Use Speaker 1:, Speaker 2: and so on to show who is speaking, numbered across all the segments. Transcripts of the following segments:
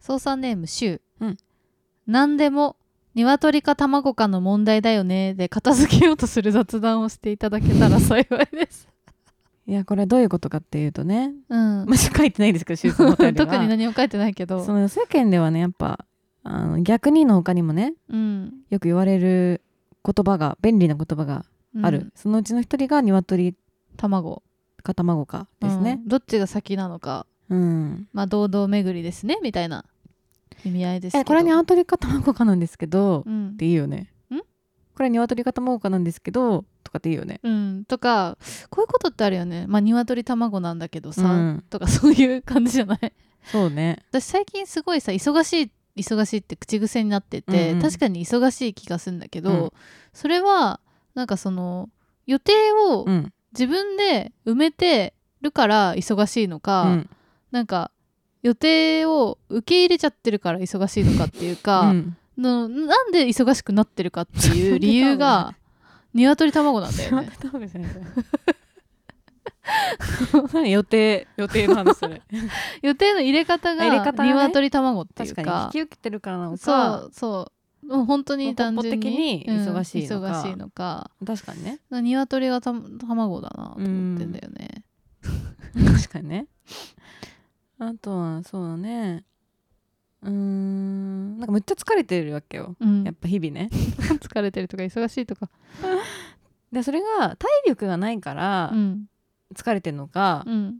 Speaker 1: 操作ネームシュウ、
Speaker 2: うん
Speaker 1: 何でも鶏か卵かの問題だよねで片付けようとする雑談をしていただけたら幸いです
Speaker 2: いやこれはどういうことかって いうとね
Speaker 1: うん
Speaker 2: まあ書いてないんですけど手術のお
Speaker 1: 特
Speaker 2: 便
Speaker 1: に
Speaker 2: りは
Speaker 1: 何も書いてないけど
Speaker 2: その世間ではねやっぱあの逆にの他にもね
Speaker 1: うん
Speaker 2: よく言われる言葉が便利な言葉が
Speaker 1: うん
Speaker 2: ある、そのうちの一人が鶏
Speaker 1: 卵
Speaker 2: か卵かですね
Speaker 1: うんどっちが先なのか
Speaker 2: うん、
Speaker 1: まあ堂々巡りですねみたいな意味合いですけど
Speaker 2: えこれは鶏か卵かなんですけど、
Speaker 1: う
Speaker 2: っ
Speaker 1: ん
Speaker 2: ていいよね
Speaker 1: ん
Speaker 2: これは鶏か卵かなんですけどとかっていいよね
Speaker 1: うん、とかこういうことってあるよねまあ鶏卵なんだけどさ、
Speaker 2: うん
Speaker 1: とかそういう感じじゃない
Speaker 2: そうね
Speaker 1: 私最近すごいさ忙しい忙しいって口癖になってて、
Speaker 2: うんうん
Speaker 1: 確かに忙しい気がするんだけど、
Speaker 2: うん
Speaker 1: それはなんかその予定を
Speaker 2: うん
Speaker 1: 自分で埋めてるから忙しいのか、
Speaker 2: うん
Speaker 1: なんか予定を受け入れちゃってるから忙しいのかっていうか、
Speaker 2: うん
Speaker 1: のなんで忙しくなってるかっていう理 由が鶏卵なんだよね。
Speaker 2: 卵じゃない それ何予定予定の話それ
Speaker 1: 予定の入れ方
Speaker 2: あ入れ
Speaker 1: が
Speaker 2: 方がね
Speaker 1: 鶏卵っていう
Speaker 2: 確か
Speaker 1: か
Speaker 2: に引き受けてるからなの
Speaker 1: そ
Speaker 2: か
Speaker 1: うそうもう本当に単純に
Speaker 2: もう根本的に忙しいのか
Speaker 1: うん忙しいのか
Speaker 2: 確か にね
Speaker 1: だから鶏がた卵だなと思ってんだよね
Speaker 2: 確かにねあとはそうだねうーんなんかめっちゃ疲れてるわけよ
Speaker 1: うん、
Speaker 2: やっぱ日々ね
Speaker 1: 疲れてるとか忙しいとか
Speaker 2: でそれが体力がないから
Speaker 1: うん
Speaker 2: 疲れてるのか
Speaker 1: う、ん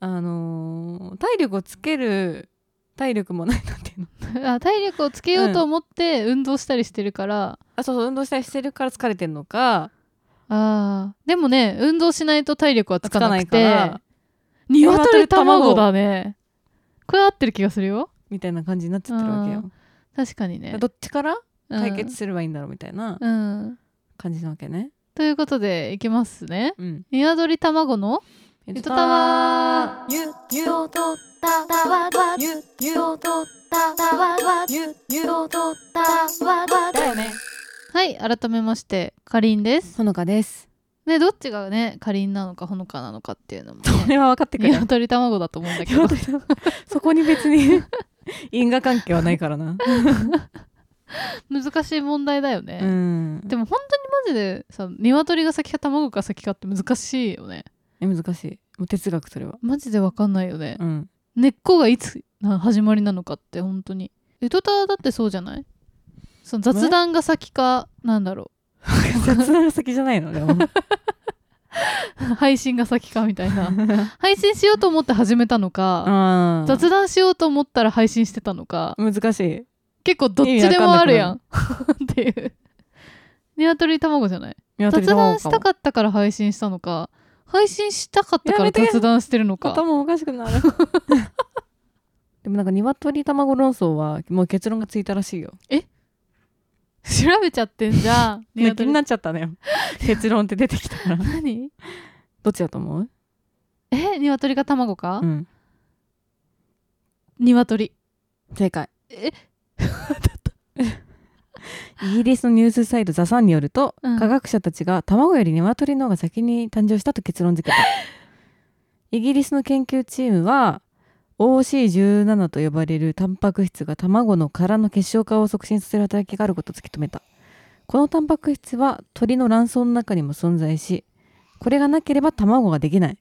Speaker 2: あのー体力をつける体力もないなんていうの
Speaker 1: あ体力をつけようと思って運動したりしてるから、
Speaker 2: あそうそう運動したりしてるから疲れてるのか
Speaker 1: あーでもね運動しないと体力はつ
Speaker 2: つ
Speaker 1: か
Speaker 2: か
Speaker 1: な
Speaker 2: な
Speaker 1: く
Speaker 2: い
Speaker 1: て
Speaker 2: から
Speaker 1: 鶏
Speaker 2: 鶏卵
Speaker 1: 卵だねこれ合ってる気がするよ
Speaker 2: みたいな感じになっちゃってるわけよ
Speaker 1: 確かにね
Speaker 2: どっちから
Speaker 1: うん
Speaker 2: 解決すればいいんだろうみたいな
Speaker 1: うん
Speaker 2: 感じなわけね
Speaker 1: ということでいきますね
Speaker 2: うん
Speaker 1: 鶏卵の
Speaker 2: ゆ
Speaker 1: ゆと
Speaker 2: と
Speaker 1: た
Speaker 2: た
Speaker 1: わ
Speaker 2: わ
Speaker 1: ー
Speaker 2: ゆゆ
Speaker 3: ゆとたわわゆゆとたわわゆゆとたわわ
Speaker 2: だよね
Speaker 1: はい改めましてかりんです
Speaker 2: ほのかです
Speaker 1: ねどっちがねかりんなのかほのかなのかっていうのもね、
Speaker 2: これは分かってくれ
Speaker 1: 鶏卵だと思うんだけど
Speaker 2: そこに別に 因果関係はないからな
Speaker 1: 難しい問題だよね、
Speaker 2: うん
Speaker 1: でも本当にマジでさ鶏が先か卵が先かって難しいよね
Speaker 2: え難しいもう哲学それは
Speaker 1: マジでわかんないよね、
Speaker 2: うん
Speaker 1: 根っこがいつな始まりなのかって本当にゆとたわだってそうじゃないその雑談が先かなんだろ
Speaker 2: 雑談が先じゃないので も
Speaker 1: う 配信が先かみたいな配信しようと思って始めたのか、
Speaker 2: あー
Speaker 1: 雑談しようと思ったら配信してたのか、
Speaker 2: 難しい
Speaker 1: 結構どっちでもあるやんっていう鶏卵じゃない雑
Speaker 2: 鶏卵
Speaker 1: 談した
Speaker 2: も
Speaker 1: かったから配信したのか配信したかったから
Speaker 2: やめて
Speaker 1: 雑談してるのか
Speaker 2: 頭おかしくなるでもなんか鶏卵論争はもう結論がついたらしいよ
Speaker 1: 調べちゃってんじゃん
Speaker 2: ね気に
Speaker 1: 鶏
Speaker 2: なっちゃったのよ結論って出てきたから
Speaker 1: 何
Speaker 2: どっちだと思う
Speaker 1: え鶏か卵か、
Speaker 2: うん
Speaker 1: 鶏
Speaker 2: 正解
Speaker 1: え
Speaker 2: イギリスのニュースサイトザ・サンによると、
Speaker 1: うん
Speaker 2: 科学者たちが卵より鶏の方が先に誕生したと結論付 けたイギリスの研究チームは OC17 と呼ばれるタンパク質が卵の殻の結晶化を促進させる働きがあることを突き止めたこのタンパク質は鳥の卵巣の中にも存在しこれがなければ卵ができない、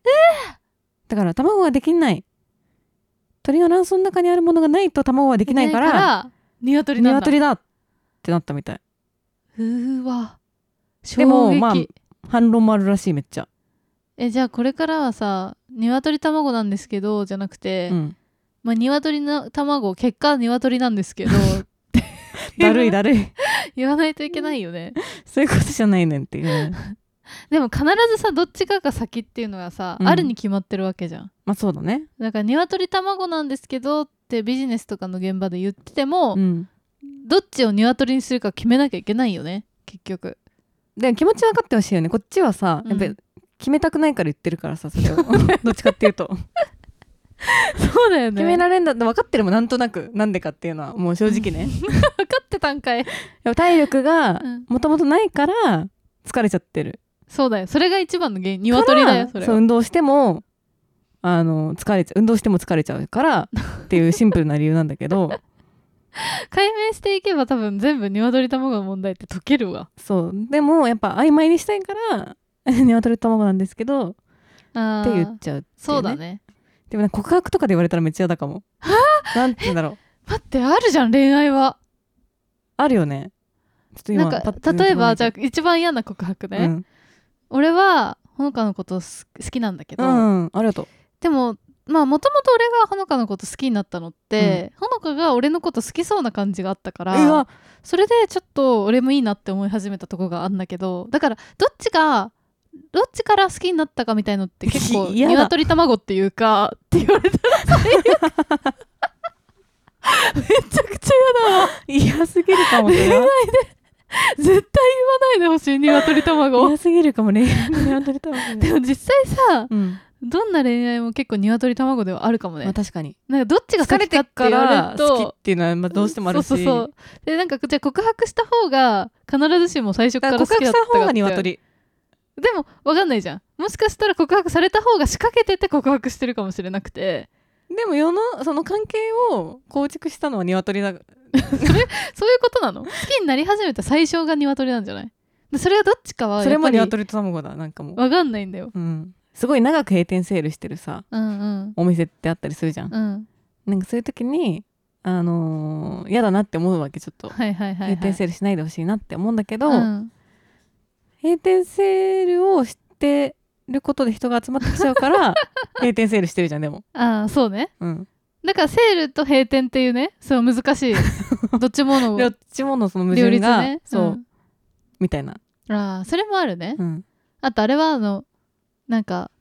Speaker 2: だから卵ができない鳥の卵巣の中にあるものがないと卵はできないから
Speaker 1: 鶏なんだ
Speaker 2: 鶏だってなったみたいう
Speaker 1: ーわ衝撃
Speaker 2: でもまあ反論もあるらしいめっちゃ、
Speaker 1: えじゃあこれからはさ鶏卵なんですけどじゃなくて、
Speaker 2: うん、
Speaker 1: まあ鶏の卵結果鶏なんですけどって
Speaker 2: だるいだるい
Speaker 1: 言わないといけないよね
Speaker 2: そういうことじゃないねんってい うね
Speaker 1: でも必ずさどっちかが先っていうのがさ、
Speaker 2: うん
Speaker 1: あるに決まってるわけじゃん
Speaker 2: まあそうだね
Speaker 1: だから鶏卵なんですけどってビジネスとかの現場で言ってても、
Speaker 2: うん
Speaker 1: どっちを鶏にするか決めなきゃいけないよね結局
Speaker 2: でも気持ち分かってほしいよねこっちはさ
Speaker 1: うん
Speaker 2: やっぱり決めたくないから言ってるからさそれ をどっちかっていうと
Speaker 1: そうだよね
Speaker 2: 決められんだって分かってるもんなんとなくなんでかっていうのはもう正直ね
Speaker 1: 分かってたんかい
Speaker 2: やっぱ体力が
Speaker 1: うん
Speaker 2: もともとないから疲れちゃってる
Speaker 1: そうだよそれが一番の原因鶏だよ
Speaker 2: から
Speaker 1: それ
Speaker 2: そう
Speaker 1: は
Speaker 2: 運動してもあの疲れちゃう運動しても疲れちゃうからっていうシンプルな理由なんだ けど
Speaker 1: 解明していけば多分全部鶏卵の問題って解けるわ
Speaker 2: そうでもやっぱ曖昧にしたいから 鶏卵なんですけどっ
Speaker 1: あ
Speaker 2: て言っちゃうってい
Speaker 1: そうだね
Speaker 2: でもなんか告白とかで言われたらめっちゃ嫌だかもなんて言うんだろう
Speaker 1: 待ってあるじゃん恋愛は
Speaker 2: あるよねちょっ
Speaker 1: な
Speaker 2: と
Speaker 1: ん
Speaker 2: 今パ
Speaker 1: か
Speaker 2: ッと出てこない
Speaker 1: 例えばじゃあ一番嫌な告白ね、
Speaker 2: うん
Speaker 1: 俺はほのかのことす好きなんだけど、
Speaker 2: うん、ありがとう
Speaker 1: でもまあもともと俺がほのかのこと好きになったのって、ほのかが俺のこと好きそうな感じがあったか
Speaker 2: う
Speaker 1: ら
Speaker 2: わ
Speaker 1: それでちょっと俺もいいなって思い始めたとこがあんだけどだからどっちがどっちから好きになったかみたいのって結構
Speaker 2: 嫌だ
Speaker 1: 鶏卵っていうかって言われたら 最悪めちゃくちゃ
Speaker 2: 嫌すぎる かもそれは
Speaker 1: 嫌絶対言わないでほしい鶏卵
Speaker 2: 嫌すぎるかもね鶏卵
Speaker 1: で
Speaker 2: ね
Speaker 1: も実際さ
Speaker 2: うん、
Speaker 1: どんな恋愛も結結構鶏卵ではあるかもね
Speaker 2: まあ確かに
Speaker 1: なんかどっちが
Speaker 2: 疲
Speaker 1: 先
Speaker 2: れて
Speaker 1: か
Speaker 2: っ
Speaker 1: って
Speaker 2: か
Speaker 1: 言われ
Speaker 2: ら
Speaker 1: る
Speaker 2: 好きっ
Speaker 1: と
Speaker 2: ていうのはまあどうしてもあるし
Speaker 1: そうそうそうでなんかじゃあ告白した方が必ずしも最初
Speaker 2: だ
Speaker 1: か
Speaker 2: からら
Speaker 1: 好き
Speaker 2: 告白
Speaker 1: だった
Speaker 2: した方
Speaker 1: か
Speaker 2: が
Speaker 1: って
Speaker 2: 鶏
Speaker 1: でもわかんないじゃんもしかしたら告白された方が仕掛けてて告白してるかもしれなくて
Speaker 2: でも世のその関係を構築したのは鶏だ
Speaker 1: そういうことなの好きになり始めた最初が鶏なんじゃないでそれはどっちかは
Speaker 2: それ
Speaker 1: やっ
Speaker 2: も
Speaker 1: ぱり
Speaker 2: 鶏と卵だなんかもう、
Speaker 1: わかんないんだよ
Speaker 2: うん、すごい長く閉店セールしてるさ
Speaker 1: うんうん
Speaker 2: お店ってあったりするじゃん、
Speaker 1: うん
Speaker 2: なんかそういう時にあのー嫌だなって思うわけちょっと、
Speaker 1: はいはいはい、はい、
Speaker 2: 閉店セールしないでほしいなって思うんだけど、
Speaker 1: うん
Speaker 2: 閉店セールをしてることで人が集まってきちゃうから 閉店セールしてるじゃんでも、
Speaker 1: ああそうね
Speaker 2: うん、
Speaker 1: だからセールと閉店っていうねそう難 しいどっちもの
Speaker 2: どっちものその矛
Speaker 1: 両
Speaker 2: 盾
Speaker 1: 立
Speaker 2: が、
Speaker 1: ね
Speaker 2: そう、みたい
Speaker 1: う
Speaker 2: な、
Speaker 1: んああそれもあるね
Speaker 2: うん、
Speaker 1: あとあれはあのなんか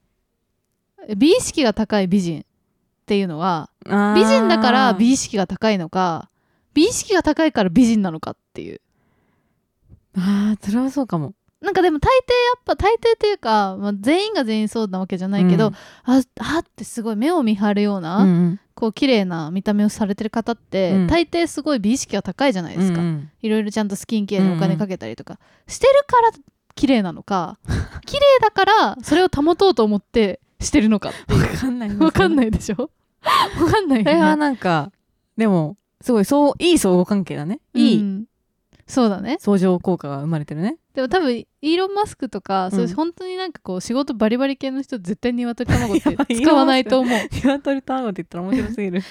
Speaker 1: 美意識が高い美人っていうのは
Speaker 2: あー
Speaker 1: 美人だから美意識が高いのか美意識が高いから美人なのかっていう
Speaker 2: あーそれはそうかも
Speaker 1: なんかでも大抵やっぱ大抵っていうか、まあ、全員が全員そうなわけじゃないけど、
Speaker 2: うん
Speaker 1: ああってすごい目を見張るような、
Speaker 2: うんうん
Speaker 1: こう綺麗な見た目をされてる方って、
Speaker 2: うん
Speaker 1: 大抵すごい美意識が高いじゃないですか、
Speaker 2: うんうん
Speaker 1: いろいろちゃんとスキンケアにお金かけたりとか、してるから綺麗なの か綺麗だからそれを保とうと思ってしてるのかっていう
Speaker 2: わかんない
Speaker 1: わかんないいでしょわかんないよね
Speaker 2: それはなんかでもすごいそういい相互関係だねいい、
Speaker 1: うんそうだね
Speaker 2: 相乗効果が生まれてるね
Speaker 1: でも多分イーロン・マスクとか、そううん本当になんかこう仕事バリバリ系の人絶対鶏卵っ
Speaker 2: やばい
Speaker 1: て使わないと思う
Speaker 2: 鶏卵って言ったら面白す ぎる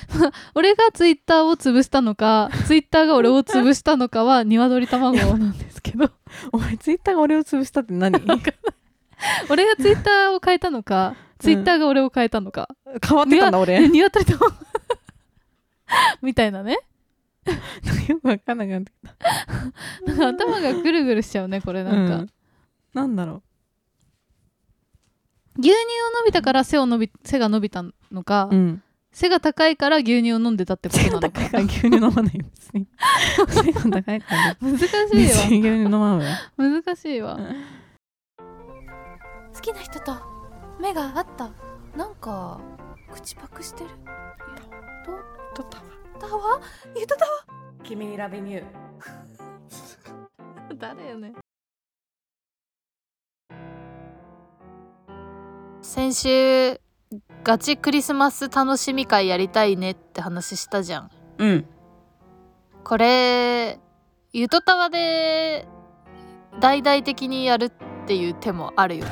Speaker 1: 俺がツイッターを潰したのかツイッターが俺を潰したのか は鶏卵なんですけ ど
Speaker 2: お前ツイッターが俺を潰したって何変わ
Speaker 1: 俺がツイッターを変えたのかツイッターが俺を変えたのか、
Speaker 2: ってたんだ
Speaker 1: え
Speaker 2: 俺
Speaker 1: 鶏卵みたいなね
Speaker 2: よくわかんなくなってき
Speaker 1: なんか頭がぐるぐるしちゃうねこれ
Speaker 2: た
Speaker 1: なんか、
Speaker 2: うなんだろ
Speaker 1: 牛乳を伸びたから背を伸び背が伸びたのか、
Speaker 2: ううん
Speaker 1: 背が高いから牛乳を飲んでたってこと
Speaker 2: 背
Speaker 1: な
Speaker 2: が
Speaker 1: のか
Speaker 2: 高いから牛乳飲まないよ 別に 背が高いから
Speaker 1: 難し
Speaker 2: 別に牛
Speaker 1: い
Speaker 2: 乳飲まないよ
Speaker 1: わ難しいわ
Speaker 3: 好きな人と目が合ったなんか口パクしてるとタワーゆとタワ
Speaker 2: 君にラビニュー
Speaker 1: 誰よね先週ガチクリスマス楽しみ会やりたいねって話したじゃん
Speaker 2: うん
Speaker 1: これゆとたわで大々的にやるっていう手もあるよね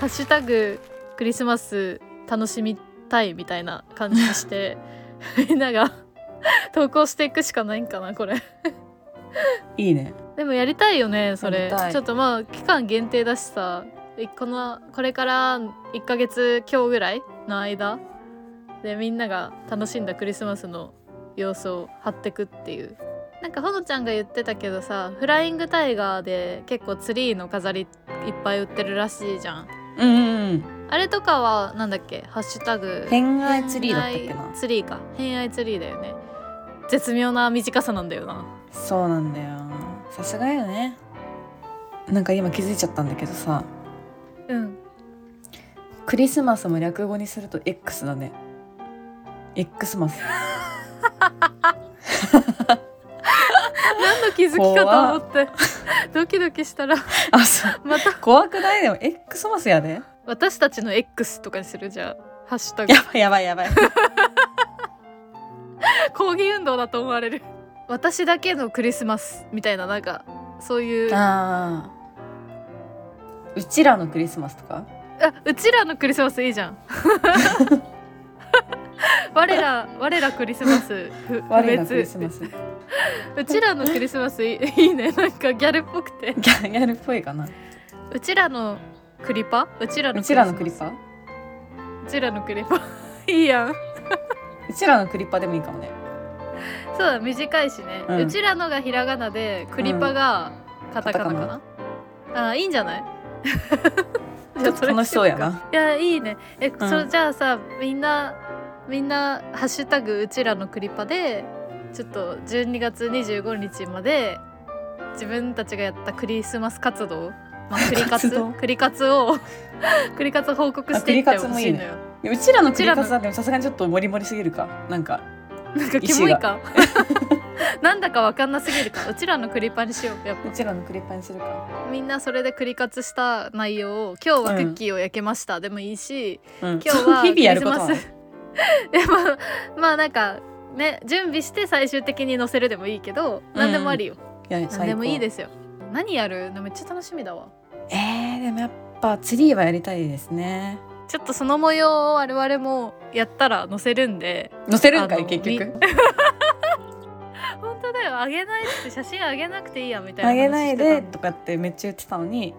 Speaker 1: ハッシュタグクリスマス楽しみたいみたいな感じにして みんなが投稿していくしかないんかなこれ
Speaker 2: いいね
Speaker 1: でもやりたいよねそ
Speaker 2: や
Speaker 1: れ
Speaker 2: りたい
Speaker 1: ちょっとまあ期間限定だしさいこのこれから1ヶ月今日ぐらいの間でみんなが楽しんだクリスマスの様子を貼ってくっていうなんかほのちゃんが言ってたけどさフライングタイガーで結構ツリーの飾りいっぱい売ってるらしいじゃん
Speaker 4: うんうんうん
Speaker 1: あれとかはなんだっけハッシュタグ
Speaker 4: 偏愛ツリーだったっけ
Speaker 1: 偏愛
Speaker 4: な
Speaker 1: ツリーか偏愛ツリーだよね絶妙な短さなんだよな
Speaker 4: そうなんだよさすがよねなんか今気づいちゃったんだけどさ
Speaker 1: うん
Speaker 4: クリスマスも略語にすると X だね X マス
Speaker 1: 何の気づきかと思って ドキドキしたら
Speaker 4: あそう
Speaker 1: また
Speaker 4: 怖くないでも X マスやで
Speaker 1: 私たちの X とかにするじゃあハッシュタグ
Speaker 2: やばいやばいやばい
Speaker 1: 抗議運動だと思われる私だけのクリスマスみたいななんかそういうあ
Speaker 2: あーうちらのクリスマスとか
Speaker 1: うちらのクリスマスいいじゃん 我ら我らクリスマス不不
Speaker 2: 我らクリス
Speaker 1: 滅
Speaker 2: マスギ
Speaker 1: うちらのクリスマスいい いいねなんかギャルっぽくて
Speaker 2: ャギャルっぽいかな
Speaker 1: うちらのクリパうちらの
Speaker 2: う
Speaker 1: クリ
Speaker 2: ち
Speaker 1: ス
Speaker 2: ら
Speaker 1: マス
Speaker 2: のクリパ
Speaker 1: うちらのクリパ いいやん
Speaker 2: うちらのクリパでもいいかもね
Speaker 1: そうだ短いしね、う
Speaker 2: うん
Speaker 1: ちらのがひらがなでクリパがカタカナかな、あーいいんじゃない じゃあれ
Speaker 2: 楽しそうやない
Speaker 1: やいいねえ、
Speaker 2: ん
Speaker 1: それじゃあさみんなみんな「ハッシュタグうちらのクリパで」ちょっと12月25日まで自分たちがやったクリスマス活動、 まあ、クリカツ
Speaker 2: 活動
Speaker 1: クリカツを クリカツ報告していっ
Speaker 2: あク
Speaker 1: て
Speaker 2: リカツ
Speaker 1: ほ
Speaker 2: も
Speaker 1: し
Speaker 2: い
Speaker 1: い
Speaker 2: い
Speaker 1: の
Speaker 2: ね
Speaker 1: よ。
Speaker 2: うちらのクリ
Speaker 1: うちら
Speaker 2: パ
Speaker 1: の
Speaker 2: さでもさすがにちょっとモリモリすぎるかなんか
Speaker 1: なんかキモいか なんだかわかんなすぎるかうちらのクリパにしようやっ
Speaker 2: うちらのクリパにするか
Speaker 1: ぱみんなそれでクリカツした内容を「今日はクッキーを焼けました」でもいいし
Speaker 2: 今
Speaker 1: 今日は
Speaker 2: 日々やることな
Speaker 1: ク
Speaker 2: の
Speaker 1: リスマス でまあまあなんかね準備して最終的に載せるでもいいけど何でもありよ、
Speaker 2: いや
Speaker 1: 何
Speaker 2: 最
Speaker 1: で
Speaker 2: 高
Speaker 1: もいいですよ何やるのめっちゃ楽しみだわ
Speaker 2: えー、でもやっぱツリーはやりたいですね
Speaker 1: ちょっとその模様を我々もやったら載せるんで
Speaker 2: 載せるんか
Speaker 1: あ
Speaker 2: い
Speaker 1: の
Speaker 2: 結局
Speaker 1: 本当だよあげないって写真あげなくていいやみたいな
Speaker 2: あ
Speaker 1: 話
Speaker 2: げないで
Speaker 1: して
Speaker 2: とかってめっちゃ言ってたのに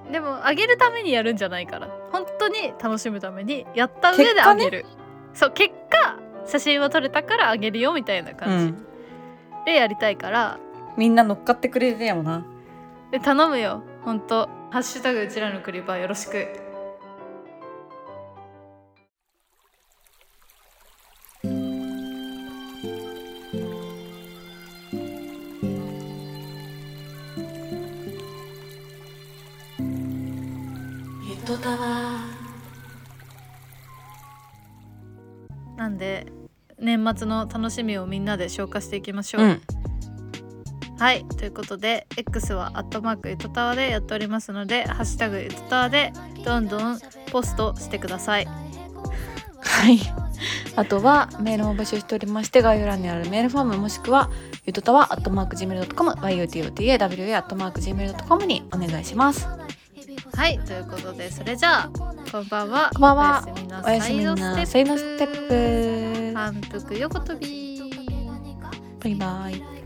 Speaker 1: たのでもあげるためにやるんじゃないから本当に楽しむためにやった上であげる、そう結果写真は撮れたからあげるよみたいな感じ、でやりたいから
Speaker 2: みんな乗っかってくれるやもな
Speaker 1: で頼むよほんと「ハッシュタグうちらのクリパーよろしく」
Speaker 3: ゆとたわ
Speaker 1: なんで年末の楽しみをみんなで消化していきましょう、
Speaker 2: うん
Speaker 1: はいということで X は「アットマークゆとたわ」でやっておりますので「ハッシュタグゆとたわ」でどんどんポストしてください
Speaker 2: はい
Speaker 3: あとはメールも募集しておりまして概要欄にあるメールフォームもしくはゆとたわ at mark gmail.com yutotawa at mark gmail.com にお願いします
Speaker 1: はいということでそれじゃあこんばんは
Speaker 3: こんばんは
Speaker 1: おやすみな
Speaker 3: おやすみなさいのステップ
Speaker 1: 反復横跳び
Speaker 3: バイバイ
Speaker 5: 「